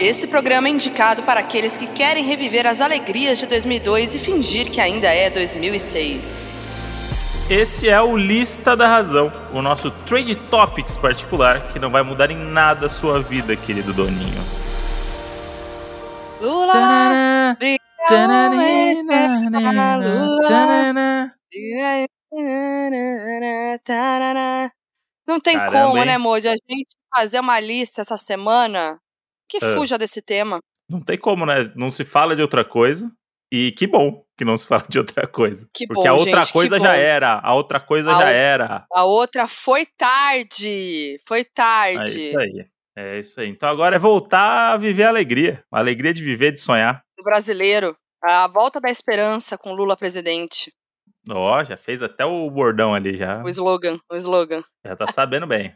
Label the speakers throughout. Speaker 1: Esse programa é indicado para aqueles que querem reviver as alegrias de 2002 e fingir que ainda é 2006.
Speaker 2: Esse é o Lista da Razão, o nosso Trade Topics particular que não vai mudar em nada a sua vida, querido Doninho.
Speaker 1: Lula!
Speaker 2: Tcharam,
Speaker 1: briga
Speaker 2: tcharam,
Speaker 1: com esse cara, Lula.
Speaker 2: tcharam.
Speaker 1: Não tem
Speaker 2: Caramba,
Speaker 1: como,
Speaker 2: hein?
Speaker 1: né, Moody? A gente fazer uma lista essa semana que
Speaker 2: Ah.
Speaker 1: fuja desse tema.
Speaker 2: Não tem como, né? Não se fala de outra coisa. E que bom que não se fala de outra coisa.
Speaker 1: Que
Speaker 2: Porque
Speaker 1: bom,
Speaker 2: a outra
Speaker 1: gente, que
Speaker 2: coisa já é.
Speaker 1: bom.
Speaker 2: era. A outra coisa
Speaker 1: A
Speaker 2: já
Speaker 1: outra-
Speaker 2: era.
Speaker 1: A outra foi tarde. Foi
Speaker 2: É
Speaker 1: tarde.
Speaker 2: isso aí. É isso aí. Então agora é voltar a viver a alegria. A alegria de viver, de sonhar.
Speaker 1: do brasileiro. A volta da esperança com Lula presidente.
Speaker 2: Ó, já fez até o bordão ali, já.
Speaker 1: O slogan, o slogan.
Speaker 2: Já tá sabendo bem.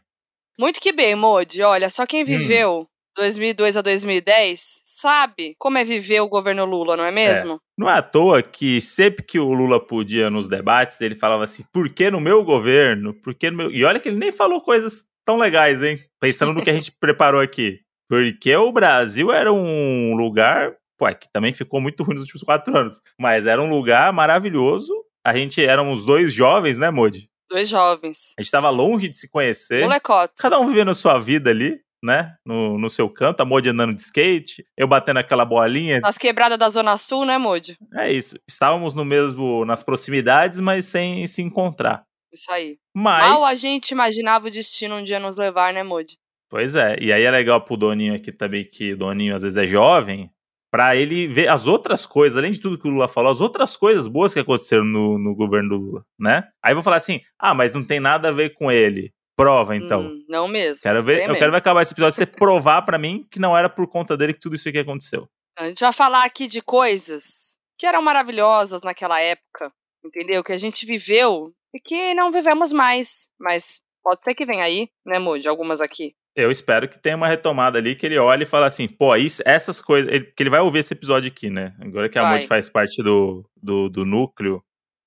Speaker 1: Muito que bem, Modi. Olha, só
Speaker 2: Hum.
Speaker 1: quem viveu 2002 a 2010 sabe como é viver o governo Lula, não é mesmo?
Speaker 2: Não é à toa que sempre que o Lula podia nos debates, ele falava assim, por que no meu governo? Por que no meu... E olha que ele nem falou coisas tão legais, hein? Pensando no que a gente preparou aqui. Porque o Brasil era um lugar, pô, é que também ficou muito ruim nos últimos quatro anos, mas era um lugar maravilhoso. A gente éramos dois jovens, né, Modi?
Speaker 1: Dois jovens.
Speaker 2: A gente tava longe de se conhecer.
Speaker 1: Molecotes.
Speaker 2: Cada um vivendo a sua vida ali, né? No, no seu canto, a Modi andando de skate, eu batendo aquela bolinha,
Speaker 1: Nas quebradas da Zona Sul, né, Modi?
Speaker 2: é isso. Estávamos no mesmo, nas proximidades, mas sem se encontrar.
Speaker 1: Isso aí.
Speaker 2: Mas,
Speaker 1: Mal a gente imaginava o destino um dia nos levar, né, Modi?
Speaker 2: pois é. E aí é legal pro Doninho aqui também que o Doninho às vezes é jovem, pra ele ver as outras coisas, além de tudo que o Lula falou, as outras coisas boas que aconteceram no, no governo do Lula, né? Aí vão falar assim: "Ah, mas não tem nada a ver com ele". Prova então.
Speaker 1: Hum, não mesmo.
Speaker 2: Quero ver,
Speaker 1: tem
Speaker 2: eu
Speaker 1: mesmo.
Speaker 2: quero ver acabar esse episódio você provar pra mim que não era por conta dele que tudo isso aqui aconteceu.
Speaker 1: A gente vai falar aqui de coisas que eram maravilhosas naquela época, entendeu? Que a gente viveu e que não vivemos mais. Mas pode ser que venha aí, né, Moody? Algumas aqui.
Speaker 2: Eu espero que tenha uma retomada ali que ele olhe e fale assim, pô, isso, essas coisas. Ele, porque ele vai ouvir esse episódio aqui, né? Agora que a
Speaker 1: Vai.
Speaker 2: Monte faz parte do, do, do núcleo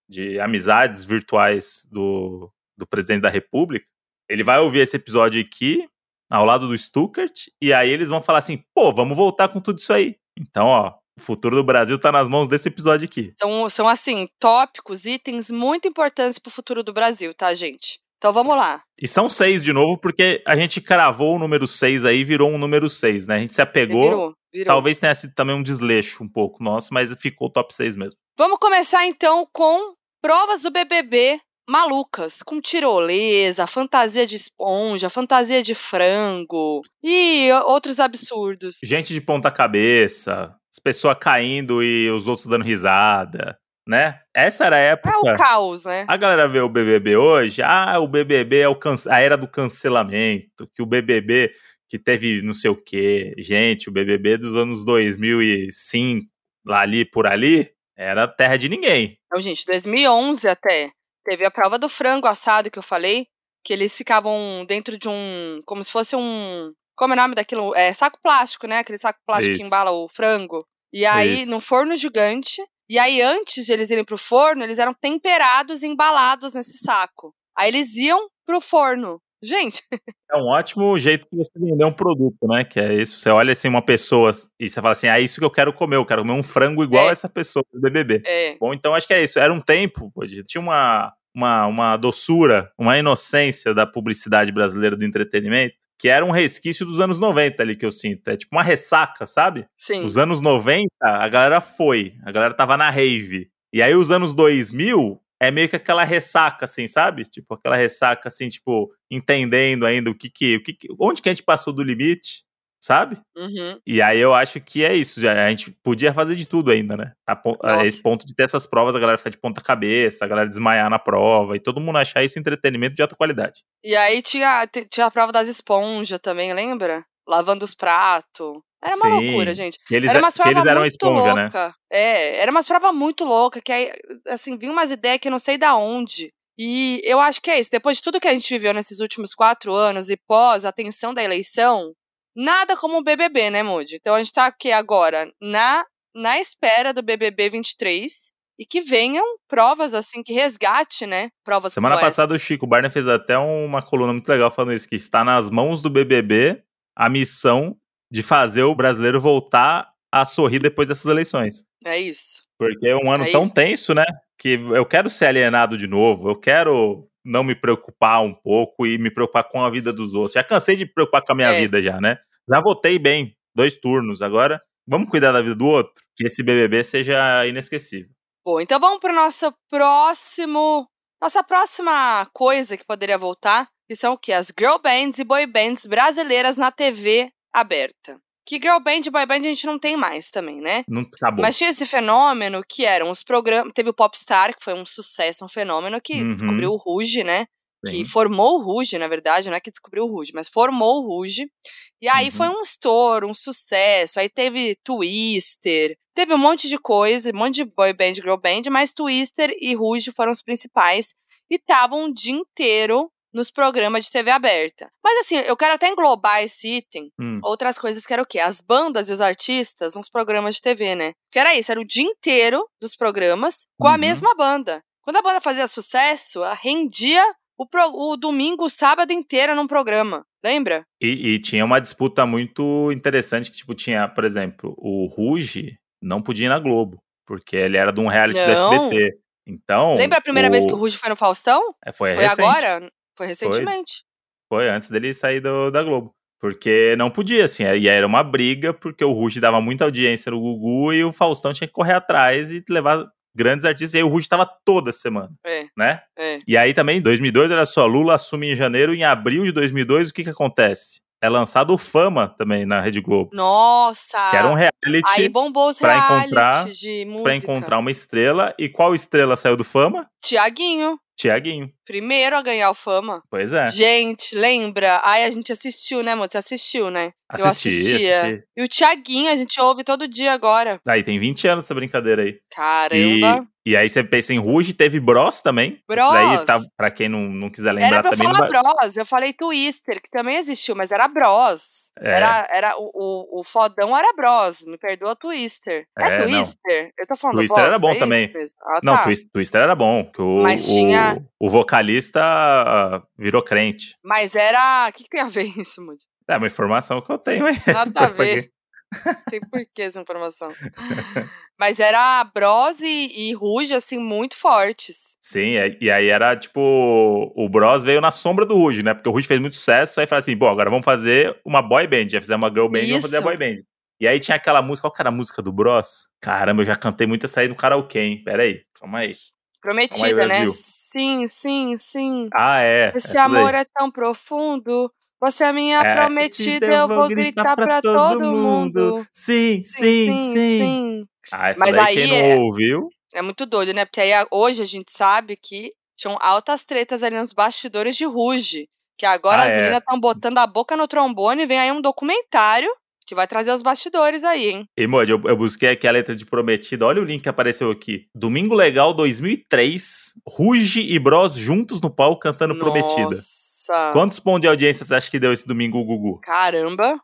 Speaker 2: de amizades virtuais do, do presidente da República, ele vai ouvir esse episódio aqui, ao lado do Stuckert, e aí eles vão falar assim, pô, vamos voltar com tudo isso aí. Então, ó, o futuro do Brasil tá nas mãos desse episódio aqui.
Speaker 1: São, são assim, tópicos, itens muito importantes pro futuro do Brasil, tá, gente? Então vamos lá.
Speaker 2: E são seis de novo, porque a gente cravou o número seis aí, virou um número seis, né? A gente se apegou.
Speaker 1: Virou, virou.
Speaker 2: Talvez tenha sido também um desleixo um pouco nosso, mas ficou top 6 mesmo.
Speaker 1: Vamos começar então com provas do BBB malucas, com tirolesa, fantasia de esponja, fantasia de frango e outros absurdos.
Speaker 2: Gente de ponta cabeça, as pessoas caindo e os outros dando risada, né? Essa era a
Speaker 1: É o
Speaker 2: época.
Speaker 1: caos, né?
Speaker 2: A galera vê o BBB hoje, ah, o BBB é o can- a era do cancelamento, que o BBB que teve não sei o quê. Gente, o BBB dos anos 2005, lá ali por ali, era terra de ninguém.
Speaker 1: Não, Então, gente, 2011 até. Teve a prova do frango assado que eu falei, que eles ficavam dentro de um. Como se fosse um. Como é o nome daquilo? É saco plástico, né? Aquele saco plástico
Speaker 2: Isso.
Speaker 1: que embala o frango. E aí,
Speaker 2: Isso.
Speaker 1: num forno gigante. E aí, antes de eles irem pro forno, eles eram temperados e embalados nesse saco. Aí eles iam pro forno. Gente,
Speaker 2: É um ótimo jeito de você vender um produto, né? Que é isso. Você olha assim uma pessoa e você fala assim: ah, isso que eu quero comer, eu quero comer um frango igual
Speaker 1: É.
Speaker 2: a essa pessoa do BBB.
Speaker 1: é.
Speaker 2: Bom, então acho que é isso. Era um tempo, pô, de- tinha uma, uma, uma doçura, uma inocência da publicidade brasileira do entretenimento, que era um resquício dos anos 90 ali que eu sinto. É tipo uma ressaca, sabe?
Speaker 1: Sim.
Speaker 2: Os anos 90, a galera foi, a galera tava na rave. E aí os anos 2000 é meio que aquela ressaca assim, sabe? Tipo aquela ressaca assim, tipo, entendendo ainda o que que, o que, que onde que a gente passou do limite, sabe?
Speaker 1: Uhum.
Speaker 2: E aí eu acho que é isso, já- a gente podia fazer de tudo ainda, né? A, pon- a
Speaker 1: Nossa.
Speaker 2: esse ponto de ter essas provas, a galera ficar de ponta cabeça, a galera desmaiar na prova e todo mundo achar isso entretenimento de alta qualidade.
Speaker 1: E aí tinha, t- tinha a prova das esponjas também, lembra? Lavando os pratos. Era uma
Speaker 2: Sim.
Speaker 1: loucura, gente.
Speaker 2: Que eles, é,
Speaker 1: Era umas
Speaker 2: que
Speaker 1: provas
Speaker 2: eles eram
Speaker 1: muito
Speaker 2: esponja, né?
Speaker 1: louca. É, era umas provas muito louca que aí, assim, vinha umas ideias que eu não sei da onde. E eu acho que é isso. Depois de tudo que a gente viveu nesses últimos quatro anos e pós a tensão da eleição, nada como o BBB, né, Moody? Então a gente tá aqui agora na, na espera do BBB 23 e que venham provas, assim, que resgate, né? Provas
Speaker 2: Semana
Speaker 1: como
Speaker 2: passada o
Speaker 1: essas.
Speaker 2: Chico Barney fez até uma coluna muito legal falando isso, que está nas mãos do BBB a missão de fazer o brasileiro voltar a sorrir depois dessas eleições.
Speaker 1: É isso.
Speaker 2: Porque é um ano
Speaker 1: É
Speaker 2: tão
Speaker 1: isso.
Speaker 2: tenso, né? Que eu quero ser alienado de novo, eu quero não me preocupar um pouco e me preocupar com a vida dos outros. Já cansei de me preocupar com a minha
Speaker 1: É.
Speaker 2: vida já, né? Já votei bem, dois turnos, agora vamos cuidar da vida do outro, que esse BBB seja inesquecível.
Speaker 1: Bom, então vamos para nosso próximo. Nossa próxima coisa que poderia voltar, que são o quê? As girl bands e boy bands brasileiras na TV aberta. Que girl band e boy band a gente não tem mais também, né?
Speaker 2: Não acabou.
Speaker 1: Mas tinha esse fenômeno que eram os programas. Teve o Popstar, que foi um sucesso, um fenômeno que
Speaker 2: Uhum.
Speaker 1: descobriu o Ruge, né?
Speaker 2: Sim.
Speaker 1: Que formou o Ruge, na verdade, não é que descobriu o Ruge, mas formou o Ruge. E aí
Speaker 2: Uhum.
Speaker 1: foi um estouro, um sucesso. Aí teve Twister, teve um monte de coisa, um monte de boy band, girl band, mas Twister e Ruge foram os principais e estavam o dia inteiro nos programas de TV aberta. Mas assim, eu quero até englobar esse item
Speaker 2: Hum.
Speaker 1: outras coisas que era o quê? As bandas e os artistas nos programas de TV, né? Que era isso, era o dia inteiro dos programas com a
Speaker 2: Uhum.
Speaker 1: mesma banda. Quando a banda fazia sucesso, ela rendia o, pro- o domingo, o sábado inteiro num programa. Lembra?
Speaker 2: E, e tinha uma disputa muito interessante que, tipo, tinha, por exemplo, o Ruge não podia ir na Globo, porque ele era de um reality
Speaker 1: Não.
Speaker 2: do SBT. Então.
Speaker 1: Lembra a primeira vez que o Ruge foi no Faustão?
Speaker 2: É, Foi,
Speaker 1: foi
Speaker 2: recente,
Speaker 1: agora? Foi recentemente.
Speaker 2: Foi antes dele sair do- da Globo. Porque não podia, assim. E era uma briga, porque o Ruge dava muita audiência no Gugu e o Faustão tinha que correr atrás e levar grandes artistas. E aí o Ruge tava toda semana,
Speaker 1: É,
Speaker 2: né?
Speaker 1: é.
Speaker 2: E aí também, em 2002, olha só, Lula assume em janeiro, em abril de 2002, o que que acontece? É lançado o Fama também na Rede Globo.
Speaker 1: Nossa!
Speaker 2: Que era um reality
Speaker 1: Ah, Aí bombou os
Speaker 2: pra
Speaker 1: reality
Speaker 2: encontrar-
Speaker 1: de música.
Speaker 2: pra encontrar uma estrela. E qual estrela saiu do Fama?
Speaker 1: Tiaguinho,
Speaker 2: Tiaguinho.
Speaker 1: primeiro a ganhar o Fama.
Speaker 2: Pois é.
Speaker 1: Gente, lembra? Ai, a gente assistiu, né, amor? Você assistiu, né? eu
Speaker 2: Assisti,
Speaker 1: assistia.
Speaker 2: assisti.
Speaker 1: E o Tiaguinho, a gente ouve todo dia agora.
Speaker 2: Aí tem 20 anos essa brincadeira aí. E,
Speaker 1: Caramba.
Speaker 2: e aí você pensa em Ruge, teve Bros também. Isso daí, tá,
Speaker 1: Bros.
Speaker 2: pra quem não, não quiser
Speaker 1: Era
Speaker 2: lembrar
Speaker 1: pra eu
Speaker 2: também. não
Speaker 1: falar
Speaker 2: vai-
Speaker 1: Bros, eu falei Twister, que também existiu, mas era Bros.
Speaker 2: É.
Speaker 1: Era, era o, o, o fodão era Bros, me perdoa Twister. É,
Speaker 2: É, não.
Speaker 1: Twister? Eu tô falando
Speaker 2: Twister
Speaker 1: Bros,
Speaker 2: era bom
Speaker 1: é isso
Speaker 2: também.
Speaker 1: mesmo? Ah,
Speaker 2: Não,
Speaker 1: tá.
Speaker 2: Twist- Twister era bom. Que o,
Speaker 1: Mas tinha-
Speaker 2: o, o vocalista ah, virou crente.
Speaker 1: Mas era... O que, que tem a ver isso, Moody?
Speaker 2: É uma informação que eu tenho, hein?
Speaker 1: Nada a
Speaker 2: Pra
Speaker 1: ver. Tem por que essa informação. Mas era Bros e, e Ruge, assim, muito fortes.
Speaker 2: Sim, é- e aí era tipo. O Bros veio na sombra do Ruge, né? Porque o Ruge fez muito sucesso. Aí fala assim: bom, agora vamos fazer uma boy band. Já fizemos uma girl band, vamos fazer a
Speaker 1: Isso.
Speaker 2: boy band. E aí tinha aquela música. Qual que era a música do Bros? Caramba, eu já cantei muito essa aí do karaokê, hein? Pera aí, calma aí.
Speaker 1: Prometida, né?
Speaker 2: Brasil.
Speaker 1: Sim, sim, sim.
Speaker 2: Ah, é.
Speaker 1: Esse
Speaker 2: essa daí.
Speaker 1: amor é tão profundo. Você é minha
Speaker 2: É,
Speaker 1: prometida, eu vou gritar pra todo mundo.
Speaker 2: Sim, Ah, essa
Speaker 1: Mas
Speaker 2: daí
Speaker 1: aí
Speaker 2: quem não
Speaker 1: é-
Speaker 2: ouviu.
Speaker 1: É muito doido, né? Porque aí a- hoje a gente sabe que tinham altas tretas ali nos bastidores de Ruge. Que agora
Speaker 2: Ah,
Speaker 1: as
Speaker 2: é.
Speaker 1: meninas estão botando a boca no trombone e vem aí um documentário que vai trazer os bastidores aí, hein?
Speaker 2: E, Mod, eu, eu busquei aqui a letra de Prometida. Olha o link que apareceu aqui. Domingo Legal 2003. Ruge e Bros juntos no palco cantando Prometida.
Speaker 1: Nossa.
Speaker 2: Quantos pontos de audiência você acha que deu esse domingo, Gugu?
Speaker 1: Caramba.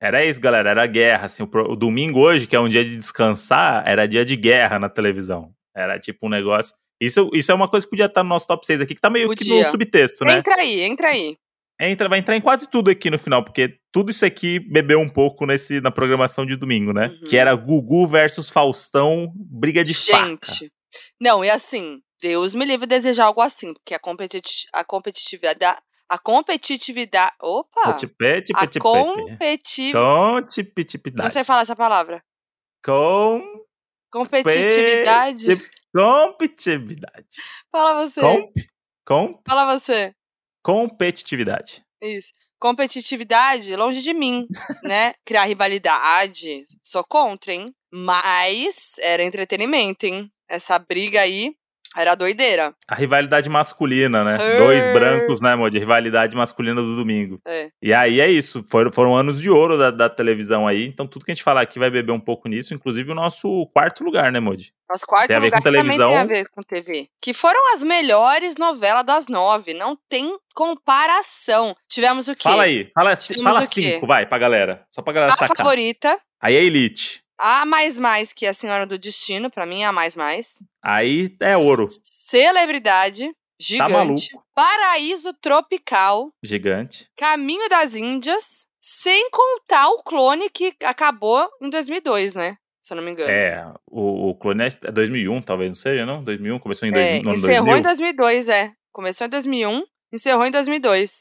Speaker 2: Era isso, galera. Era guerra. Assim, o, pro- o domingo hoje, que é um dia de descansar, era dia de guerra na televisão. Era tipo um negócio. Isso, isso é uma coisa que podia estar no nosso top 6 aqui, que tá meio que
Speaker 1: Podia.
Speaker 2: no subtexto, né?
Speaker 1: Entra aí, entra aí.
Speaker 2: Entra, vai entrar em quase tudo aqui no final, porque tudo isso aqui bebeu um pouco nesse, na programação de domingo, né?
Speaker 1: Uhum.
Speaker 2: Que era Gugu versus Faustão, briga de faca.
Speaker 1: Gente. Não, e assim, Deus me livre de desejar algo assim, porque a, competiti a competitividade. A competitividade. Opa!
Speaker 2: Petipete,
Speaker 1: A
Speaker 2: petipete.
Speaker 1: competitividade. Não
Speaker 2: é, Competitividade.
Speaker 1: sei falar essa palavra.
Speaker 2: Com...
Speaker 1: Competitividade.
Speaker 2: Competitividade.
Speaker 1: Fala você.
Speaker 2: Comp... Com...
Speaker 1: Fala você.
Speaker 2: Competitividade.
Speaker 1: Isso. Competitividade, longe de mim, né? Criar rivalidade, sou contra, hein? Mas era entretenimento, hein? Essa briga aí era doideira.
Speaker 2: A rivalidade masculina, né?
Speaker 1: Ah.
Speaker 2: Dois brancos, né, Modi? Rivalidade masculina do domingo.
Speaker 1: É.
Speaker 2: E aí é isso, foram, foram anos de ouro da, da televisão aí, então tudo que a gente falar aqui vai beber um pouco nisso, inclusive o nosso quarto lugar, né, Modi?
Speaker 1: Nosso quarto
Speaker 2: Tem a ver
Speaker 1: lugar
Speaker 2: com
Speaker 1: também tem a
Speaker 2: televisão.
Speaker 1: ver com TV. Que foram as melhores novelas das nove. Não tem comparação. Tivemos o quê?
Speaker 2: Fala aí, fala, ci-
Speaker 1: Temos
Speaker 2: fala
Speaker 1: o quê?
Speaker 2: cinco, vai, pra galera. Só pra galera
Speaker 1: A
Speaker 2: sacar.
Speaker 1: favorita,
Speaker 2: Aí é Elite.
Speaker 1: a mais mais, que é a Senhora do Destino, pra mim é a mais mais.
Speaker 2: Aí é ouro. Tá
Speaker 1: Celebridade, gigante.
Speaker 2: maluco.
Speaker 1: Paraíso Tropical,
Speaker 2: Gigante.
Speaker 1: Caminho das Índias Sem contar o clone que acabou em 2002, né? Se eu não me engano.
Speaker 2: É, o, o clone é 2001, talvez, não seja, não? 2001, começou em dois, um.
Speaker 1: É,
Speaker 2: no ano
Speaker 1: encerrou
Speaker 2: 2000.
Speaker 1: em 2002, é. Começou em 2001, encerrou em 2002.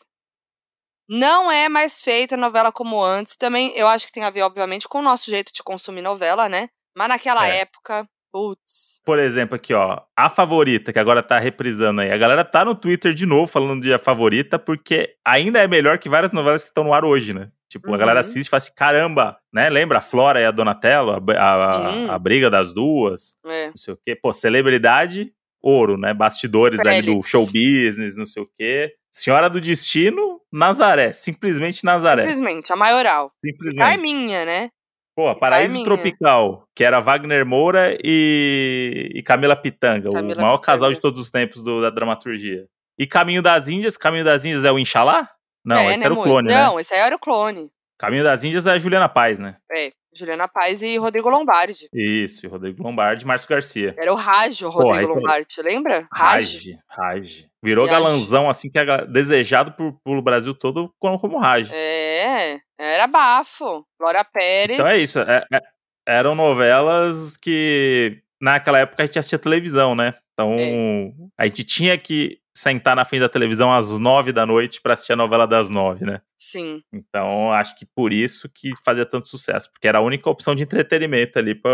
Speaker 1: Não é mais feita novela como antes. Também eu acho que tem a ver, obviamente, com o nosso jeito de consumir novela, né? Mas naquela
Speaker 2: É.
Speaker 1: época, putz.
Speaker 2: Por exemplo, aqui, ó, a favorita, que agora tá reprisando aí. A galera tá no Twitter de novo falando de a favorita, porque ainda é melhor que várias novelas que estão no ar hoje, né? Tipo, a
Speaker 1: Uhum.
Speaker 2: galera assiste e fala assim, caramba, né? Lembra a Flora e a Donatello, a, a-
Speaker 1: Sim.
Speaker 2: a briga das duas,
Speaker 1: É.
Speaker 2: não sei o quê. Pô, celebridade, ouro, né? Bastidores ali do
Speaker 1: Félix.
Speaker 2: show business, não sei o quê. Senhora do Destino, Nazaré. Simplesmente Nazaré.
Speaker 1: Simplesmente, a maioral.
Speaker 2: Simplesmente.
Speaker 1: Carminha, né?
Speaker 2: Pô, Paraíso
Speaker 1: Carminha.
Speaker 2: Tropical, que era Wagner Moura e, e Camila Pitanga,
Speaker 1: Camila
Speaker 2: o maior
Speaker 1: Pitanga.
Speaker 2: casal de todos os tempos do- da dramaturgia. E Caminho das Índias, Caminho das Índias é o Inxalá? Não,
Speaker 1: é,
Speaker 2: esse
Speaker 1: né,
Speaker 2: era o
Speaker 1: Mui?
Speaker 2: clone, né?
Speaker 1: Não, esse aí era o clone.
Speaker 2: Caminho das Índias é a Juliana Paz, né?
Speaker 1: É, Juliana Paz e Rodrigo Lombardi.
Speaker 2: Isso, e Rodrigo Lombardi e Márcio Garcia.
Speaker 1: Era o Rajo, Rodrigo
Speaker 2: isso aí.
Speaker 1: Lombardi, lembra?
Speaker 2: Raj, Raj. Virou
Speaker 1: Raj.
Speaker 2: galanzão, assim, que é ga- desejado por, pelo Brasil todo como, como Raj.
Speaker 1: É, era bafo. Glória Pérez.
Speaker 2: Então é isso. é- é- eram novelas que naquela época a gente assistia televisão, né? Então a gente tinha que sentar na frente da televisão às nove da noite pra assistir a novela das nove, né?
Speaker 1: Sim.
Speaker 2: Então acho que por isso que fazia tanto sucesso, porque era a única opção de entretenimento ali pra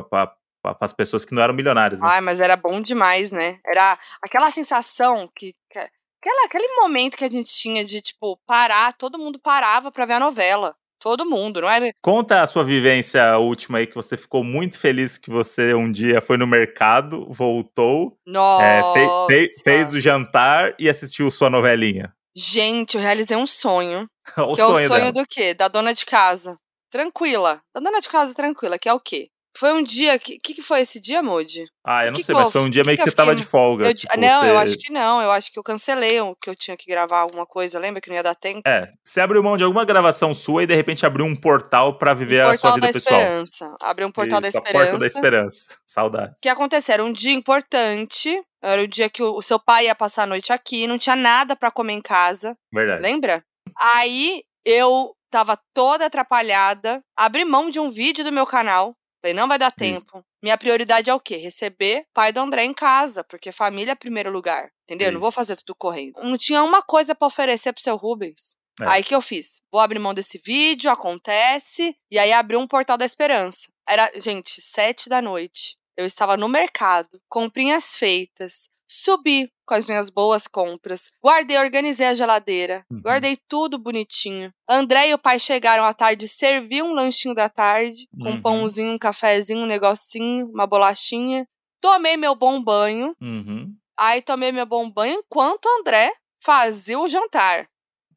Speaker 2: para as pessoas que não eram milionárias. Né?
Speaker 1: Ai, mas era bom demais, né? Era aquela sensação que. que- aquela, aquele momento que a gente tinha de, tipo, parar, todo mundo parava pra ver a novela. Todo mundo, não era?
Speaker 2: Conta a sua vivência última aí que você ficou muito feliz que você um dia foi no mercado, voltou, é, fe-
Speaker 1: Nossa.
Speaker 2: fe- fez o jantar e assistiu sua novelinha.
Speaker 1: Gente, eu realizei um sonho.
Speaker 2: o
Speaker 1: que
Speaker 2: sonho,
Speaker 1: é o sonho
Speaker 2: dela.
Speaker 1: do quê? Da dona de casa. Tranquila. Da dona de casa tranquila, que é o quê? Foi um dia. O que, que, que foi esse dia, Moody?
Speaker 2: Ah, eu
Speaker 1: O
Speaker 2: não
Speaker 1: que
Speaker 2: sei,
Speaker 1: que
Speaker 2: mas
Speaker 1: eu-
Speaker 2: foi um dia
Speaker 1: que
Speaker 2: meio que,
Speaker 1: que eu
Speaker 2: você tava de
Speaker 1: fiquei-
Speaker 2: folga.
Speaker 1: Eu-
Speaker 2: tipo,
Speaker 1: não, eu
Speaker 2: você-
Speaker 1: acho que não. Eu acho que eu cancelei o que eu tinha que gravar alguma coisa. Lembra que não ia dar tempo?
Speaker 2: É, você abriu mão de alguma gravação sua e de repente abriu um portal pra
Speaker 1: Um
Speaker 2: viver a sua
Speaker 1: portal
Speaker 2: vida
Speaker 1: da
Speaker 2: pessoal.
Speaker 1: esperança. Abriu um portal da
Speaker 2: Isso, a
Speaker 1: esperança.
Speaker 2: porta da esperança. Saudade.
Speaker 1: O que aconteceu? Era um dia importante. Era o dia que o o seu pai ia passar a noite aqui. Não tinha nada pra comer em casa.
Speaker 2: Verdade.
Speaker 1: Lembra? Aí eu tava toda atrapalhada, abri mão de um vídeo do meu canal. Falei, não vai dar
Speaker 2: Isso.
Speaker 1: tempo. Minha prioridade é o quê? Receber pai do André em casa, porque família é primeiro lugar. Entendeu? Eu Não vou
Speaker 2: Isso.
Speaker 1: fazer tudo correndo. Não tinha uma coisa pra oferecer pro seu Rubens.
Speaker 2: É.
Speaker 1: Aí que eu fiz? Vou abrir mão desse vídeo, acontece. E aí abriu um portal da esperança. Era, gente, sete da noite. Eu estava no mercado, comprinhas feitas, subi com as minhas boas compras, guardei, organizei a geladeira,
Speaker 2: Uhum.
Speaker 1: guardei tudo bonitinho. André e o pai chegaram à tarde, servi um lanchinho da tarde, com
Speaker 2: Uhum.
Speaker 1: um pãozinho, um cafezinho, um negocinho, uma bolachinha. Tomei meu bom banho,
Speaker 2: Uhum.
Speaker 1: aí tomei meu bom banho enquanto André fazia o jantar.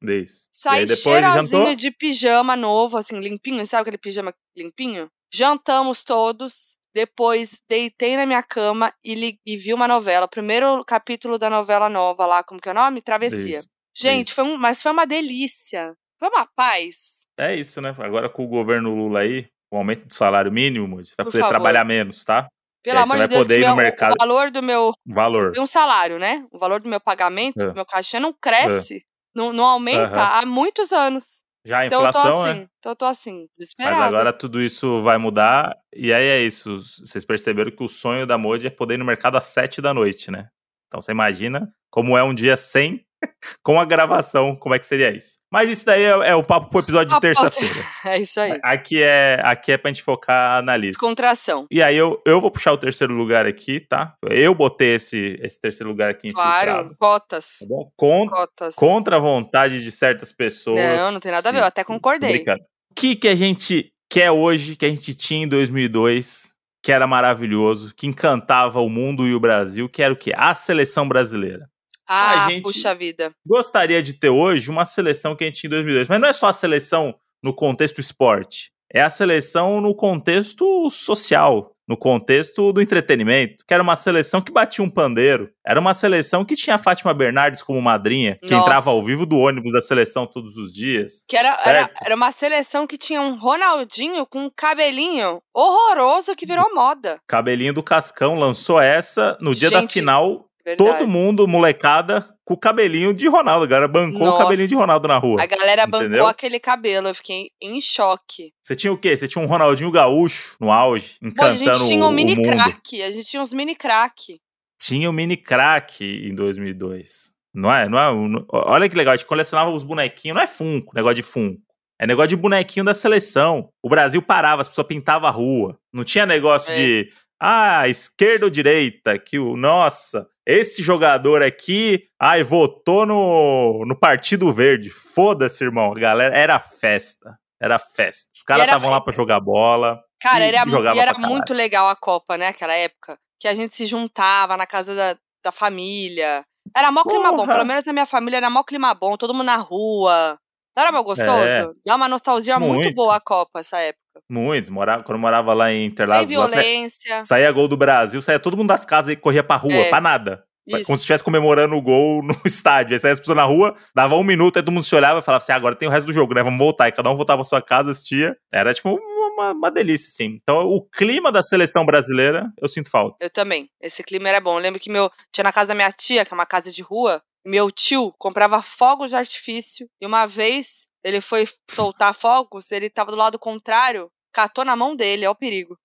Speaker 2: Isso. e aí
Speaker 1: Saí
Speaker 2: depois
Speaker 1: cheirosinho
Speaker 2: jantou.
Speaker 1: de pijama novo, assim, limpinho. Sabe aquele pijama limpinho? Jantamos todos. Depois deitei na minha cama e, li- e vi uma novela. Primeiro capítulo da novela nova lá, como que é o nome? Travessia.
Speaker 2: Isso.
Speaker 1: Gente, foi
Speaker 2: isso.
Speaker 1: um- mas foi uma delícia. Foi uma paz.
Speaker 2: É isso, né? Agora com o governo Lula aí, o aumento do salário mínimo, você vai
Speaker 1: Por
Speaker 2: poder
Speaker 1: favor.
Speaker 2: trabalhar menos, tá?
Speaker 1: Pelo
Speaker 2: aí você
Speaker 1: amor
Speaker 2: vai
Speaker 1: de Deus,
Speaker 2: poder
Speaker 1: que
Speaker 2: ir no
Speaker 1: meu- o-
Speaker 2: mercado-
Speaker 1: o valor do meu.
Speaker 2: Valor.
Speaker 1: Tem um salário, né? O valor do meu pagamento,
Speaker 2: É.
Speaker 1: do meu cachê, não cresce. Não, não aumenta
Speaker 2: Aham.
Speaker 1: há muitos anos.
Speaker 2: Já a
Speaker 1: Então eu tô
Speaker 2: inflação, né?
Speaker 1: assim, então eu tô assim,
Speaker 2: Mas
Speaker 1: desesperada.
Speaker 2: agora tudo isso vai mudar. E aí é isso. Vocês perceberam que o sonho da Modi é poder ir no mercado às sete da noite, né? Então você imagina como é um dia sem, com a gravação, como é que seria isso. Mas isso daí é, é o papo pro episódio de
Speaker 1: Papo-
Speaker 2: terça-feira.
Speaker 1: É isso aí.
Speaker 2: Aqui é, aqui é pra gente focar na lista.
Speaker 1: Descontração.
Speaker 2: E aí eu, eu vou puxar o terceiro lugar aqui, tá? Eu botei esse, esse terceiro lugar aqui infiltrado.
Speaker 1: Claro, cotas.
Speaker 2: Tá bom? Con-
Speaker 1: Cotas.
Speaker 2: contra a vontade de certas pessoas.
Speaker 1: Não, não tem nada a ver, eu até concordei.
Speaker 2: Tô brincando. O que, que a gente quer hoje, que a gente tinha em 2002, que era maravilhoso, que encantava o mundo e o Brasil, que era o quê? A seleção brasileira.
Speaker 1: Ah,
Speaker 2: Ah, gente.
Speaker 1: puxa vida.
Speaker 2: Gostaria de ter hoje uma seleção que a gente tinha em 2002, mas não é só a seleção no contexto esporte, é a seleção no contexto social. No contexto do entretenimento, que era uma seleção que batia um pandeiro, era uma seleção que tinha a Fátima Bernardes como madrinha, que
Speaker 1: Nossa.
Speaker 2: entrava ao vivo do ônibus da seleção todos os dias.
Speaker 1: Que era, era,
Speaker 2: Certo.
Speaker 1: era uma seleção que tinha um Ronaldinho com um cabelinho horroroso que virou moda.
Speaker 2: Cabelinho do Cascão lançou essa no dia da
Speaker 1: Gente,
Speaker 2: final
Speaker 1: Verdade.
Speaker 2: todo mundo, molecada, com o cabelinho de Ronaldo. A galera bancou o
Speaker 1: Nossa.
Speaker 2: cabelinho de Ronaldo na rua.
Speaker 1: A galera bancou
Speaker 2: Entendeu?
Speaker 1: aquele cabelo, eu fiquei em choque.
Speaker 2: Você tinha o quê? Você tinha um Ronaldinho Gaúcho no auge,
Speaker 1: Pô, a
Speaker 2: encantando
Speaker 1: gente tinha
Speaker 2: o,
Speaker 1: um mini
Speaker 2: o mundo.
Speaker 1: crack, a gente tinha uns mini crack.
Speaker 2: Tinha o mini crack em 2002. Não é? Não é? um- Olha que legal, a gente colecionava os bonequinhos. Não é Funko, negócio de Funko. É negócio de bonequinho da seleção. O Brasil parava, as pessoas pintavam a rua. Não tinha negócio
Speaker 1: É.
Speaker 2: de, ah, esquerda ou direita, que o, nossa, esse jogador aqui, ai, votou no, no Partido Verde. Foda-se, irmão. A galera, era festa. Era festa. Os caras
Speaker 1: era-
Speaker 2: estavam lá pra jogar bola.
Speaker 1: Cara,
Speaker 2: E
Speaker 1: era, mu-
Speaker 2: jogava
Speaker 1: e era
Speaker 2: pra caralho.
Speaker 1: muito legal a Copa, né? Aquela época. Que a gente se juntava na casa da, da família. Era mó clima bom.
Speaker 2: Porra!
Speaker 1: Pelo menos na minha família era mó clima bom. Todo mundo na rua. Não era mal gostoso?
Speaker 2: É.
Speaker 1: Dá uma nostalgia muito.
Speaker 2: Muito.
Speaker 1: boa a Copa, essa época.
Speaker 2: Muito. Morava, quando eu morava lá em
Speaker 1: Sem
Speaker 2: Interlagos, nossa,
Speaker 1: violência.
Speaker 2: Saía gol do Brasil, saía todo mundo das casas e corria pra rua,
Speaker 1: É.
Speaker 2: pra nada.
Speaker 1: Isso.
Speaker 2: Como se estivesse comemorando o gol no estádio. Aí saía as pessoas na rua, dava um minuto, aí todo mundo se olhava e falava assim: "Ah, agora tem o resto do jogo, né? Vamos voltar. E cada um voltava pra sua casa, assistia. Era tipo uma, uma delícia, assim. Então o clima da seleção brasileira, eu sinto falta.
Speaker 1: Eu também. Esse clima era bom. Eu lembro que meu. Tinha na casa da minha tia, que é uma casa de rua. e Meu tio comprava fogos de artifício. E uma vez ele foi soltar fogos, ele tava do lado contrário, catou na mão dele. É o perigo.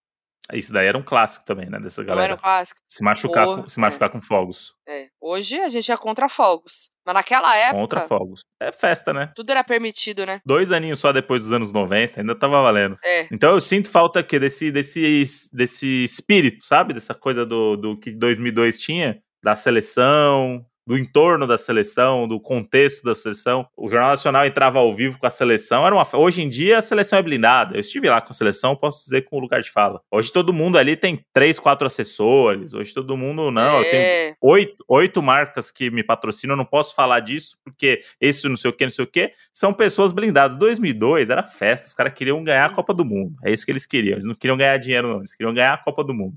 Speaker 2: Isso daí era um clássico também, né? Dessa
Speaker 1: Não era
Speaker 2: galera.
Speaker 1: um clássico.
Speaker 2: Se machucar,
Speaker 1: Porra,
Speaker 2: com, se machucar com fogos.
Speaker 1: É, hoje a gente é contra fogos. Mas naquela época,
Speaker 2: Contra fogos. É festa, né?
Speaker 1: tudo era permitido, né?
Speaker 2: Dois aninhos só depois dos anos 90, ainda tava valendo.
Speaker 1: É.
Speaker 2: Então eu sinto falta aqui desse, desse, desse espírito, sabe? Dessa coisa do, do que 2002 tinha, da seleção, do entorno da seleção, do contexto da seleção. O Jornal Nacional entrava ao vivo com a seleção. Era uma, fe- hoje em dia a seleção é blindada. Eu estive lá com a seleção, posso dizer com o lugar de fala. Hoje todo mundo ali tem três, quatro assessores. Hoje todo mundo, não, eu tenho
Speaker 1: é.
Speaker 2: oito, oito marcas que me patrocinam, eu não posso falar disso, porque esse não sei o que, não sei o que, são pessoas blindadas. 2002 era festa, os caras queriam ganhar a Copa do Mundo. É isso que eles queriam. Eles não queriam ganhar dinheiro, não. Eles queriam ganhar a Copa do Mundo.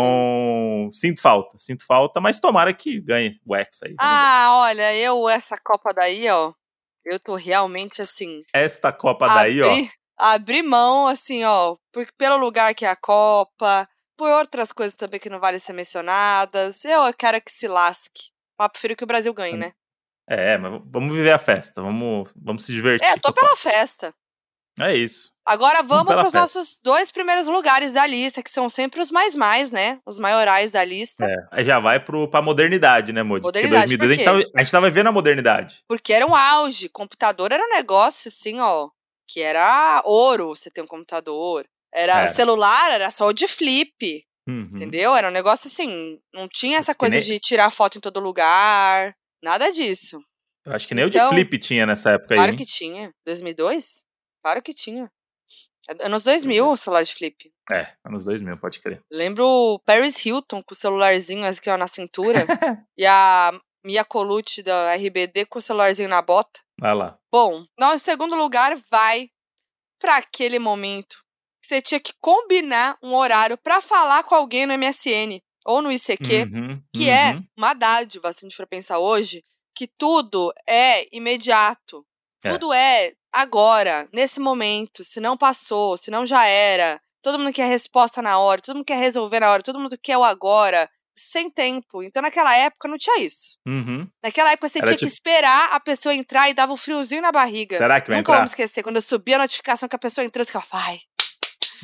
Speaker 2: Então, sinto falta, sinto falta, mas tomara que ganhe o Hexa aí. Vamos ver.
Speaker 1: Ah, olha, eu, essa Copa daí, ó. Eu tô realmente assim.
Speaker 2: Esta Copa daí, ó.
Speaker 1: abri, abri mão, assim, ó. Porque pelo lugar que é a Copa, por outras coisas também que não vale ser mencionadas. Eu quero que se lasque. Mas prefiro que o Brasil ganhe, né?
Speaker 2: É, mas vamos viver a festa, vamos, vamos se divertir.
Speaker 1: É, tô pela festa.
Speaker 2: É isso.
Speaker 1: Agora vamos
Speaker 2: pela
Speaker 1: pros
Speaker 2: festa.
Speaker 1: nossos dois primeiros lugares da lista, que são sempre os mais mais, né? Os maiorais da lista.
Speaker 2: É, aí já vai pro, pra modernidade, né, Modi?
Speaker 1: Modernidade,
Speaker 2: Porque 2002 a gente,
Speaker 1: por quê?
Speaker 2: tava, a gente tava vivendo a modernidade.
Speaker 1: Porque era um auge. Computador era um negócio assim, ó. Que era ouro você ter um computador. Era,
Speaker 2: Era.
Speaker 1: celular, era só o de flip,
Speaker 2: Uhum.
Speaker 1: entendeu? Era um negócio assim. Não tinha essa
Speaker 2: Que
Speaker 1: coisa
Speaker 2: nem-
Speaker 1: de tirar foto em todo lugar. Nada disso.
Speaker 2: Eu acho que nem
Speaker 1: Então-
Speaker 2: o de Flip tinha nessa época aí.
Speaker 1: Claro
Speaker 2: hein?
Speaker 1: que tinha. 2002? Claro que tinha. É Anos 2000 o celular de flip.
Speaker 2: É, anos 2000, pode crer.
Speaker 1: Lembro o Paris Hilton com o celularzinho aqui ó, na cintura. e a Mia Colucci da RBD com o celularzinho na bota.
Speaker 2: Vai lá.
Speaker 1: Bom, nosso segundo lugar vai para aquele momento que você tinha que combinar um horário para falar com alguém no MSN ou no ICQ,
Speaker 2: Uhum,
Speaker 1: que é
Speaker 2: uhum.
Speaker 1: uma dádiva, se a gente for pensar hoje, que tudo é imediato.
Speaker 2: É.
Speaker 1: Tudo é agora, nesse momento, se não passou, se não já era. Todo mundo quer resposta na hora, todo mundo quer resolver na hora, todo mundo quer o agora, sem tempo. Então naquela época não tinha isso.
Speaker 2: Uhum.
Speaker 1: Naquela época você
Speaker 2: Era
Speaker 1: tinha que
Speaker 2: tipo-
Speaker 1: esperar a pessoa entrar e dava um friozinho na barriga.
Speaker 2: Será que vai
Speaker 1: Nunca vou me
Speaker 2: entrar? Hum.
Speaker 1: esquecer. Quando eu subia a notificação que a pessoa entrou, você ficava, vai,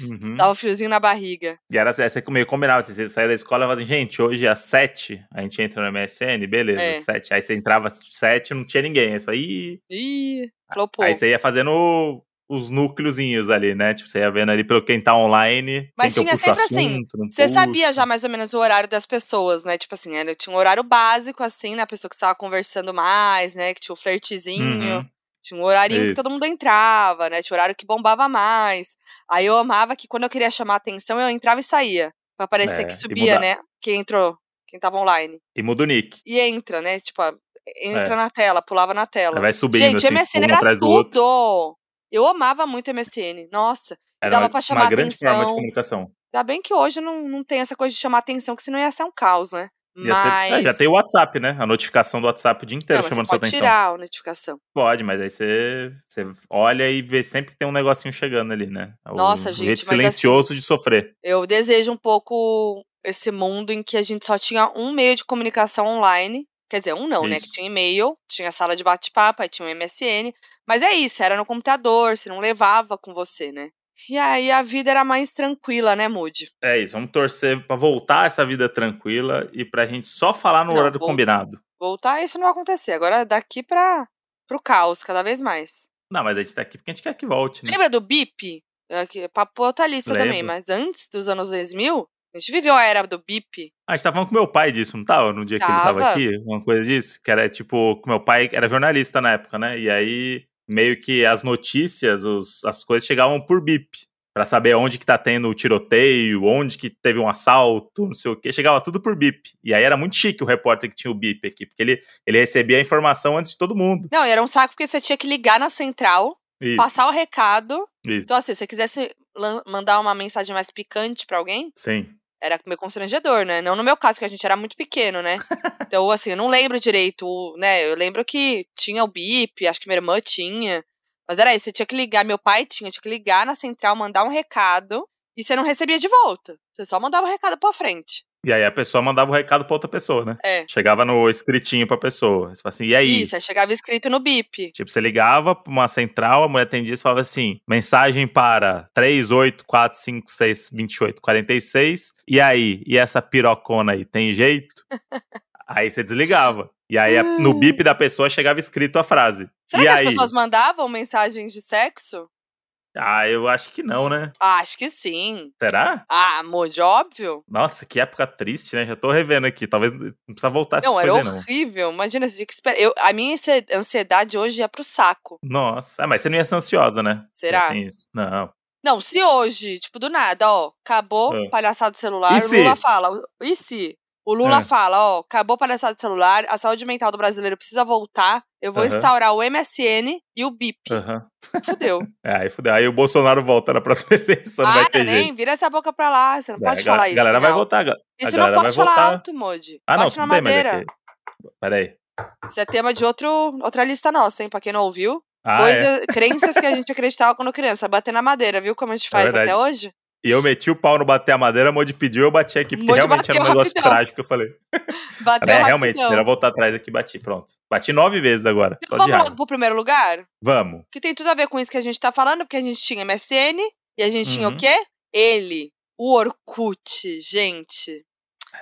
Speaker 2: Uhum.
Speaker 1: dava um friozinho na barriga.
Speaker 2: E era assim, você meio combinava, assim, você saía da escola e falava assim, gente, hoje às 7 a gente entra no MSN, beleza,
Speaker 1: É.
Speaker 2: 7. Aí você entrava às 7 não tinha ninguém. Aí você, fala, "Ih".
Speaker 1: Ih, flopou.
Speaker 2: Ah, aí você ia fazendo os núcleozinhos ali, né? Tipo, você ia vendo ali pelo quem tá online.
Speaker 1: Mas
Speaker 2: quem que eu
Speaker 1: tinha
Speaker 2: puxo
Speaker 1: sempre assim,
Speaker 2: assunto, não
Speaker 1: Você sabia
Speaker 2: puxo.
Speaker 1: já mais ou menos o horário das pessoas, né? Tipo assim, era, tinha um horário básico, assim, na pessoa que estava conversando mais, né? Que tinha o flertezinho.
Speaker 2: Uhum.
Speaker 1: Tinha um horarinho que todo
Speaker 2: Isso.
Speaker 1: mundo entrava, né? Tinha horário que bombava mais. Aí eu amava que quando eu queria chamar atenção, eu entrava e saía. Pra parecer
Speaker 2: É,
Speaker 1: que
Speaker 2: e
Speaker 1: subia,
Speaker 2: mudar.
Speaker 1: né? Quem entrou, quem tava online.
Speaker 2: E muda o nick.
Speaker 1: E entra, né? Tipo, a-
Speaker 2: É.
Speaker 1: entra na tela, pulava na
Speaker 2: Aí
Speaker 1: tela.
Speaker 2: vai subindo,
Speaker 1: Gente,
Speaker 2: assim,
Speaker 1: MSN
Speaker 2: um
Speaker 1: era
Speaker 2: atrás do outro.
Speaker 1: tudo! Eu amava muito MSN. Nossa,
Speaker 2: Era
Speaker 1: dava
Speaker 2: uma,
Speaker 1: pra chamar
Speaker 2: uma grande forma de
Speaker 1: atenção.
Speaker 2: comunicação.
Speaker 1: ainda bem que hoje não, não tem essa coisa de chamar atenção, que senão ia ser um caos, né?
Speaker 2: Ia ser-
Speaker 1: Mas.
Speaker 2: é, já tem o WhatsApp, né? A notificação do WhatsApp o dia
Speaker 1: não,
Speaker 2: inteiro
Speaker 1: mas você
Speaker 2: chamando sua
Speaker 1: pode
Speaker 2: atenção.
Speaker 1: tirar a notificação.
Speaker 2: Pode, mas aí você, você olha e vê sempre que tem um negocinho chegando ali, né? É
Speaker 1: Nossa,
Speaker 2: o
Speaker 1: gente,
Speaker 2: jeito
Speaker 1: mas assim-
Speaker 2: silencioso de sofrer.
Speaker 1: Eu desejo um pouco esse mundo em que a gente só tinha um meio de comunicação online. Quer dizer, um não, né?
Speaker 2: Isso.
Speaker 1: Que tinha e-mail, tinha sala de bate-papo, aí tinha um o MSN. Mas é isso, era no computador, você não levava com você, né? E aí a vida era mais tranquila, né, Moody?
Speaker 2: É isso, vamos torcer pra voltar essa vida tranquila e pra gente só falar no
Speaker 1: Não,
Speaker 2: horário
Speaker 1: vou-
Speaker 2: combinado.
Speaker 1: Voltar, isso não vai acontecer. Agora daqui pra, pro caos, cada vez mais.
Speaker 2: Não, mas a gente tá aqui porque a gente quer que volte, né?
Speaker 1: Lembra do Bip? É que- Papo outra lista também,
Speaker 2: Lembro.
Speaker 1: mas antes dos anos 2000, a gente viveu a era do Bip.
Speaker 2: Ah, A gente tava falando com meu pai disso, não tava? No dia que ele tava
Speaker 1: Tava.
Speaker 2: aqui, uma coisa disso. Que era tipo, que meu pai era jornalista na época, né? E aí, meio que as notícias, os- as coisas chegavam por bip. Pra saber onde que tá tendo o tiroteio, onde que teve um assalto, não sei o quê. Chegava tudo por bip. E aí era muito chique o repórter que tinha o bip aqui, porque ele, ele recebia a informação antes de todo mundo.
Speaker 1: Não, e era um saco porque você tinha que ligar na central,
Speaker 2: Isso,
Speaker 1: passar o recado.
Speaker 2: Isso.
Speaker 1: Então, assim, se você quisesse lan- mandar uma mensagem mais picante pra alguém,
Speaker 2: sim.
Speaker 1: era meio constrangedor, né? Não no meu caso, que a gente era muito pequeno, né? Então, assim, eu não lembro direito, o- né? Eu lembro que tinha o bip, acho que minha irmã tinha. Mas era isso, você tinha que ligar, meu pai tinha, tinha que ligar na central, mandar um recado, e você não recebia de volta. Você só mandava o recado pra frente.
Speaker 2: E aí a pessoa mandava o recado pra outra pessoa, né?
Speaker 1: É.
Speaker 2: Chegava no escritinho pra pessoa. Você fala assim, e aí?
Speaker 1: Isso, aí chegava escrito no bip.
Speaker 2: Tipo, você ligava pra uma central, a mulher atendia e falava assim: mensagem para 3845628846. E aí? E essa pirocona aí, tem jeito? aí você desligava. E aí a- no
Speaker 1: Ah.
Speaker 2: bip da pessoa chegava escrito a frase.
Speaker 1: Será
Speaker 2: e
Speaker 1: que
Speaker 2: aí?
Speaker 1: as pessoas mandavam mensagens de sexo?
Speaker 2: Ah, eu acho que não, né?
Speaker 1: Ah, acho que sim.
Speaker 2: Será?
Speaker 1: Ah, amor, de óbvio.
Speaker 2: Nossa, que época triste, né? Já tô revendo aqui. Talvez não precisa voltar essas
Speaker 1: Não, era
Speaker 2: coisas aí, não.
Speaker 1: horrível. Imagina, você tinha que esperar. Eu, a minha ansie- ansiedade hoje ia pro saco.
Speaker 2: Nossa, ah, mas você não ia ser ansiosa, né? Já
Speaker 1: Será?
Speaker 2: tem isso. Não.
Speaker 1: Não, se hoje, tipo, do nada, ó, acabou
Speaker 2: Ah.
Speaker 1: palhaçada de celular,
Speaker 2: E
Speaker 1: o Lula
Speaker 2: se?
Speaker 1: fala. o- E se? O Lula
Speaker 2: Ah.
Speaker 1: fala, ó, acabou palhaçada de celular, a saúde mental do brasileiro precisa voltar. Eu vou
Speaker 2: Aham.
Speaker 1: instaurar o MSN e o BIP.
Speaker 2: Aham.
Speaker 1: Fudeu.
Speaker 2: É, aí fudeu. Aí o Bolsonaro volta na próxima eleição, não vai
Speaker 1: Para,
Speaker 2: ter
Speaker 1: nem,
Speaker 2: jeito.
Speaker 1: vira essa boca pra lá. Você não
Speaker 2: É,
Speaker 1: pode
Speaker 2: a ga-
Speaker 1: falar isso.
Speaker 2: galera vai
Speaker 1: não.
Speaker 2: votar. ga- a
Speaker 1: Isso não
Speaker 2: galera
Speaker 1: pode
Speaker 2: vai
Speaker 1: falar
Speaker 2: votar.
Speaker 1: alto, Modi.
Speaker 2: Ah, não,
Speaker 1: Bate na
Speaker 2: tudo bem, mas
Speaker 1: madeira.
Speaker 2: é que... Peraí.
Speaker 1: Isso é tema de outro, outra lista nossa, hein? Pra quem não ouviu.
Speaker 2: Ah, é.
Speaker 1: Coisa, Crenças que a gente acreditava quando criança. Bater na madeira, viu como a gente faz
Speaker 2: É verdade.
Speaker 1: até hoje?
Speaker 2: E eu meti o pau no bater a madeira, a Modi pediu, eu bati aqui, porque
Speaker 1: Modi
Speaker 2: realmente era um
Speaker 1: bateu
Speaker 2: negócio
Speaker 1: rapidão.
Speaker 2: trágico. Eu falei,
Speaker 1: Bater
Speaker 2: é,
Speaker 1: rapidão.
Speaker 2: realmente, melhor voltar atrás aqui e bati, pronto. Bati nove vezes agora,
Speaker 1: Então
Speaker 2: só de
Speaker 1: vamos
Speaker 2: raiva.
Speaker 1: logo pro primeiro lugar?
Speaker 2: Vamos.
Speaker 1: Que tem tudo a ver com isso que a gente tá falando, porque a gente tinha MSN e a gente tinha
Speaker 2: Uhum.
Speaker 1: o quê? Ele. O Orkut, gente.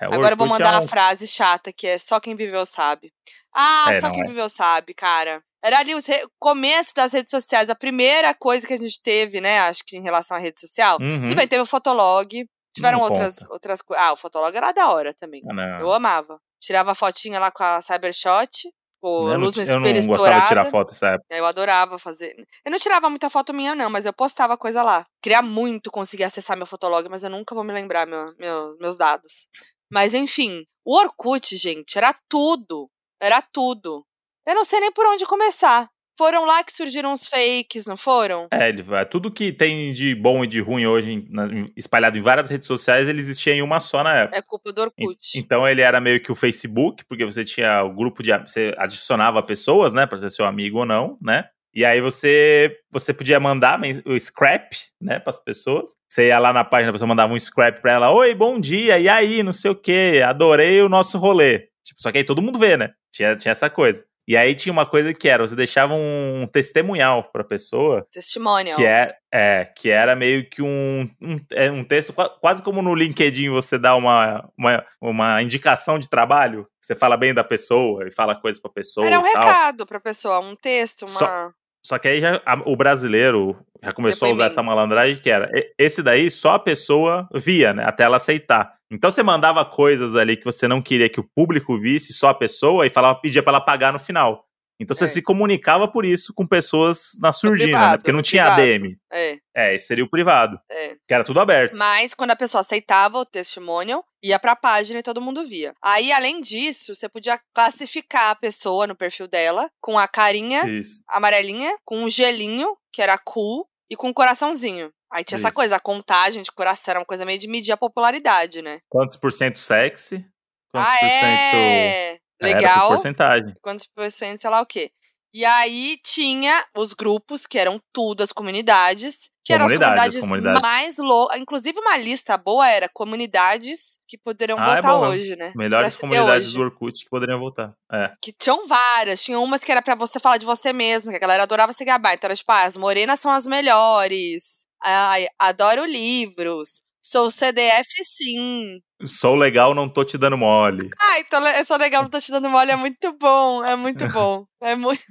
Speaker 2: É, o
Speaker 1: Agora eu vou
Speaker 2: Orkut é
Speaker 1: mandar
Speaker 2: um-
Speaker 1: a frase chata que é só quem viveu sabe. Ah,
Speaker 2: É,
Speaker 1: só
Speaker 2: não,
Speaker 1: quem
Speaker 2: é.
Speaker 1: viveu sabe, cara. Era ali o re- começo das redes sociais, a primeira coisa que a gente teve, né, acho que em relação à rede social.
Speaker 2: Uhum.
Speaker 1: Tudo bem, teve o Fotolog, tiveram
Speaker 2: Não
Speaker 1: outras
Speaker 2: conta.
Speaker 1: outras coisas. Ah, o Fotolog era da hora também.
Speaker 2: Ah, não.
Speaker 1: Eu amava. Tirava a fotinha lá com a Cybershot, com a
Speaker 2: Eu não,
Speaker 1: luz no
Speaker 2: ti-
Speaker 1: espelho
Speaker 2: eu não gostava de
Speaker 1: estourada.
Speaker 2: tirar foto nessa época.
Speaker 1: Aí Eu adorava fazer. Eu não tirava muita foto minha, não, mas eu postava coisa lá. Queria muito conseguir acessar meu fotolog, mas eu nunca vou me lembrar meu- meu- meus dados. Mas enfim, o Orkut, gente, era tudo. Era tudo. Eu não sei nem por onde começar. Foram lá que surgiram os fakes, não foram?
Speaker 2: É, ele, vai- tudo que tem de bom e de ruim hoje, em- na- em- espalhado em várias redes sociais, ele existia em uma só na época.
Speaker 1: É culpa do
Speaker 2: En-
Speaker 1: Orkut.
Speaker 2: Então ele era meio que o Facebook, porque você tinha o grupo de. am- Você adicionava pessoas, né? Pra ser seu amigo ou não, né? E aí você, você podia mandar men- o scrap, né, pras pessoas. Você ia lá na página, a pessoa mandava um scrap pra ela, oi, bom dia, e aí, não sei o quê, adorei o nosso rolê. Tipo, só que aí todo mundo vê, né? Tinha, tinha essa coisa. E aí tinha uma coisa que era, você deixava um testemunhal pra pessoa
Speaker 1: Testimonial.
Speaker 2: que é, é, que era meio que um, um, é um texto, qua- quase como no LinkedIn você dá uma, uma, uma indicação de trabalho, você fala bem da pessoa e fala coisas pra pessoa
Speaker 1: Era um
Speaker 2: e tal.
Speaker 1: recado pra pessoa, um texto, uma.
Speaker 2: Só- Só que aí já, a- o brasileiro já começou a usar
Speaker 1: Depoimento.
Speaker 2: essa malandragem que era e- esse daí só a pessoa via, né? Até ela aceitar. Então você mandava coisas ali que você não queria que o público visse, só a pessoa, e falava, pedia pra ela pagar no final. Então você
Speaker 1: É.
Speaker 2: se comunicava por isso com pessoas na surdina, né?
Speaker 1: privado,
Speaker 2: Porque não
Speaker 1: no
Speaker 2: tinha
Speaker 1: privado.
Speaker 2: ADM.
Speaker 1: É,
Speaker 2: É, esse seria o privado,
Speaker 1: é.
Speaker 2: que era tudo aberto.
Speaker 1: Mas quando a pessoa aceitava o testemunho, ia pra página e todo mundo via. Aí, além disso, você podia classificar a pessoa no perfil dela com a carinha
Speaker 2: Isso.
Speaker 1: amarelinha, com um gelinho, que era cool, e com um coraçãozinho. Aí tinha essa
Speaker 2: Isso.
Speaker 1: coisa, a contagem de coração, era uma coisa meio de medir a popularidade, né?
Speaker 2: Quantos por cento sexy? Quantos
Speaker 1: ah,
Speaker 2: por cento.
Speaker 1: é!
Speaker 2: Era por
Speaker 1: Legal.
Speaker 2: porcentagem.
Speaker 1: Quantos por cento, sei lá o quê. E aí tinha os grupos, que eram tudo as comunidades, que eram as comunidades,
Speaker 2: Comunidades, as comunidades.
Speaker 1: mais loucas. Inclusive, uma lista boa era comunidades que poderiam
Speaker 2: Ah, é
Speaker 1: voltar
Speaker 2: bom mesmo.
Speaker 1: hoje, né?
Speaker 2: Melhores
Speaker 1: Pra-
Speaker 2: comunidades
Speaker 1: hoje.
Speaker 2: do Orkut que poderiam voltar. É.
Speaker 1: Que tinham várias. Tinha umas que era pra você falar de você mesmo, que a galera adorava se gabar. Então era tipo, ah, as morenas são as melhores. Ai, adoro livros. Sou CDF sim.
Speaker 2: Sou legal, não tô te dando mole.
Speaker 1: Ah, então le- eu sou legal, não tô te dando mole. É muito bom, é muito bom. É muito.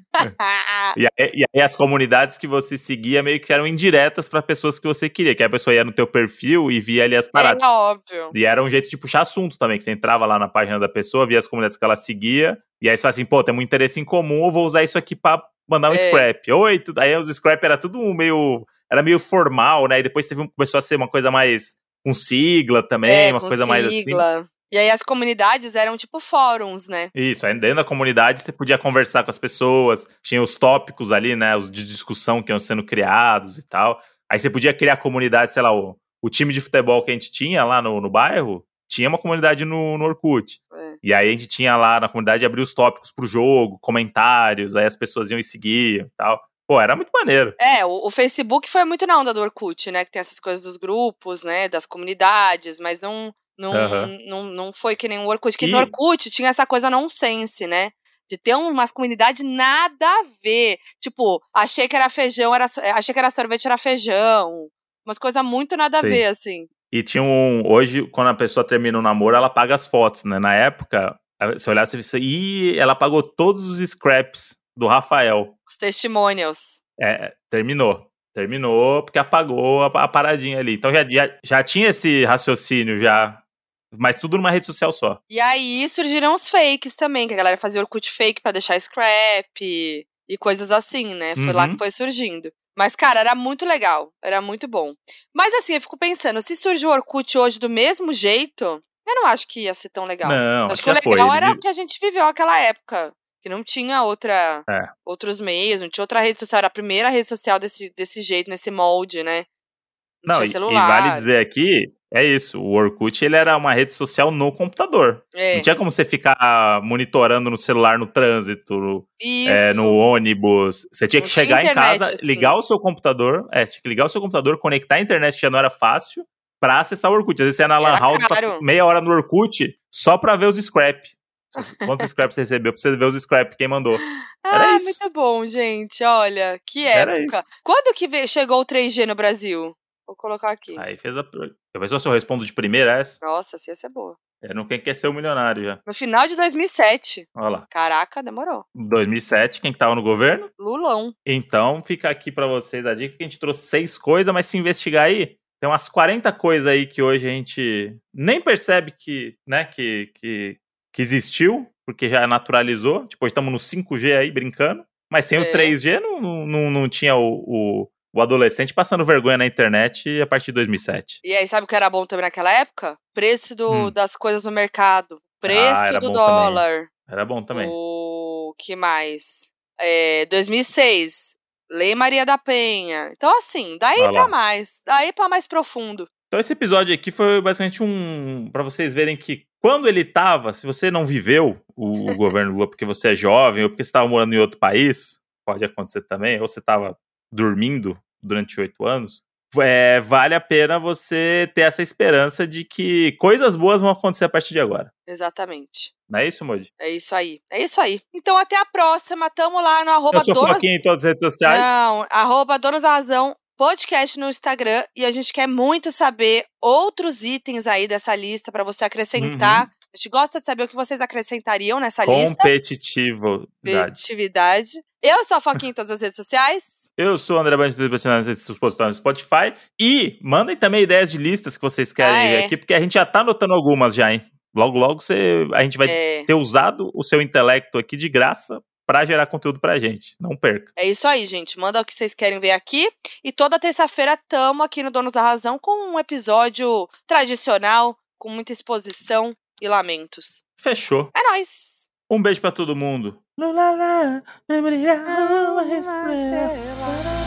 Speaker 2: E aí, e aí as comunidades que você seguia meio que eram indiretas pra pessoas que você queria, que a pessoa ia no teu perfil e via ali as paradas.
Speaker 1: Era é óbvio.
Speaker 2: E era um jeito de puxar assunto também, que você entrava lá na página da pessoa, via as comunidades que ela seguia, e aí você fala assim, pô, tem um interesse em comum, eu vou usar isso aqui pra mandar um
Speaker 1: É.
Speaker 2: scrap. Oi, tudo. Aí os scrap era tudo um meio. Era meio formal, né? E depois teve, um- começou a ser uma coisa mais. com sigla também, uma
Speaker 1: É, com
Speaker 2: coisa mais assim.
Speaker 1: sigla. E aí as comunidades eram tipo fóruns, né?
Speaker 2: Isso, aí dentro da comunidade você podia conversar com as pessoas, tinha os tópicos ali, né? Os de discussão que iam sendo criados e tal. Aí você podia criar comunidade, sei lá, o, o time de futebol que a gente tinha lá no, no bairro, tinha uma comunidade no, no Orkut.
Speaker 1: É.
Speaker 2: E aí a gente tinha lá na comunidade abrir os tópicos pro jogo, comentários, aí as pessoas iam e seguiam e tal. Pô, era muito maneiro.
Speaker 1: É, o, o Facebook foi muito na onda do Orkut, né? Que tem essas coisas dos grupos, né? Das comunidades, mas não, não,
Speaker 2: Aham.
Speaker 1: não, não foi que nem o Orkut. Que no
Speaker 2: E-
Speaker 1: Orkut tinha essa coisa nonsense, né? De ter umas comunidades nada a ver. Tipo, achei que era feijão, era, so- eh, achei que era sorvete, era feijão. Umas coisas muito nada
Speaker 2: Sim.
Speaker 1: a ver, assim.
Speaker 2: E tinha um. Hoje, quando a pessoa termina o namoro, ela paga as fotos, né? Na época, a- se olhar, você pensa, ih, ela pagou todos os scraps do Rafael.
Speaker 1: Os testemunhos.
Speaker 2: É, terminou. Terminou porque apagou a, a paradinha ali. Então já, já, já tinha esse raciocínio já, mas tudo numa rede social só.
Speaker 1: E aí surgiram os fakes também, que a galera fazia Orkut fake pra deixar scrap e, e coisas assim, né? Foi lá
Speaker 2: Uhum.
Speaker 1: que foi surgindo. Mas, cara, era muito legal, era muito bom. Mas assim, eu fico pensando, se surgiu o Orkut hoje do mesmo jeito, eu não acho que ia ser tão legal.
Speaker 2: Não,
Speaker 1: acho
Speaker 2: acho
Speaker 1: que o
Speaker 2: já foi.
Speaker 1: legal
Speaker 2: Ele
Speaker 1: era o
Speaker 2: vive-
Speaker 1: que a gente viveu naquela época. Que não tinha outra,
Speaker 2: É.
Speaker 1: outros meios, não tinha outra rede social. Era a primeira rede social desse, desse jeito, nesse molde, né? Não,
Speaker 2: Não,
Speaker 1: tinha
Speaker 2: e, e
Speaker 1: celular.
Speaker 2: vale dizer aqui, é isso. O Orkut ele era uma rede social no computador.
Speaker 1: é,
Speaker 2: Não tinha como você ficar monitorando no celular no trânsito,
Speaker 1: Isso.
Speaker 2: é, no ônibus. Você tinha
Speaker 1: Não
Speaker 2: que
Speaker 1: tinha
Speaker 2: chegar em
Speaker 1: internet,
Speaker 2: casa,
Speaker 1: assim.
Speaker 2: ligar o seu computador, é, você tinha que ligar o seu computador, conectar a internet que já não era fácil, pra acessar o Orkut. Às vezes você ia na Lan
Speaker 1: Era
Speaker 2: House pra-
Speaker 1: caro.
Speaker 2: meia hora no Orkut só pra ver os scrap. Quantos scrap você recebeu pra você ver os scrap, quem mandou. Era
Speaker 1: ah,
Speaker 2: isso.
Speaker 1: muito bom, gente. Olha, que
Speaker 2: Era
Speaker 1: época. Quando que ve- chegou o 3G no Brasil? Vou colocar aqui.
Speaker 2: Aí fez a. Já pensou se eu respondo de primeira é essa?
Speaker 1: Nossa, essa ia ser boa.
Speaker 2: É não quem quer ser o milionário já.
Speaker 1: No final de 2007.
Speaker 2: Olha lá.
Speaker 1: Caraca, demorou.
Speaker 2: 2007, quem que tava no governo?
Speaker 1: Lulão.
Speaker 2: Então fica aqui pra vocês a dica que a gente trouxe seis coisas, mas se investigar aí, tem umas 40 coisas aí que hoje a gente nem percebe que, né, que, que, que existiu, porque já naturalizou. Depois estamos no 5G aí brincando, mas sem
Speaker 1: É.
Speaker 2: o 3G não, não, não, não tinha o, o, o adolescente passando vergonha na internet a partir de 2007.
Speaker 1: E aí, sabe o que era bom também naquela época? Preço do-
Speaker 2: Hum. Ah,
Speaker 1: das coisas no mercado. Preço
Speaker 2: era
Speaker 1: do
Speaker 2: bom também.
Speaker 1: dólar.
Speaker 2: Era bom também.
Speaker 1: O que mais? É, 2006. Lei Maria da Penha. Então, assim, daí
Speaker 2: Olha
Speaker 1: pra
Speaker 2: lá.
Speaker 1: mais. Daí pra mais profundo.
Speaker 2: Então esse episódio aqui foi basicamente um Pra vocês verem que quando ele tava, se você não viveu o, o governo Lula porque você é jovem ou porque você estava morando em outro país, pode acontecer também, ou você estava dormindo durante oito anos, é, vale a pena você ter essa esperança de que coisas boas vão acontecer a partir de agora.
Speaker 1: Exatamente.
Speaker 2: Não é isso, Moody?
Speaker 1: É isso aí. É isso aí. Então até a próxima. Tamo lá no arroba
Speaker 2: Eu sou
Speaker 1: donos.
Speaker 2: Floquinho em é todas as redes sociais.
Speaker 1: Não, arroba donos da razão podcast no Instagram e a gente quer muito saber outros itens aí dessa lista pra você acrescentar.
Speaker 2: Uhum.
Speaker 1: A gente gosta de saber o que vocês acrescentariam nessa lista.
Speaker 2: Competitivo.
Speaker 1: Competitividade. Eu sou a Foquinha em todas as redes sociais.
Speaker 2: Eu sou o André Bandes do Debatinados no Spotify. E mandem também ideias de listas que vocês querem
Speaker 1: Ah, é.
Speaker 2: aqui, porque a gente já tá anotando algumas já, hein? Logo, logo você, a gente vai
Speaker 1: É,
Speaker 2: ter usado o seu intelecto aqui de graça pra gerar conteúdo pra gente. Não perca.
Speaker 1: é isso aí, gente. Manda o que vocês querem ver aqui. E toda terça-feira tamo aqui no Donos da Razão com um episódio tradicional, com muita exposição e lamentos.
Speaker 2: Fechou.
Speaker 1: É nóis!
Speaker 2: Um beijo pra todo mundo. Lula, lá, me brilhar uma estrela.
Speaker 1: Estrela.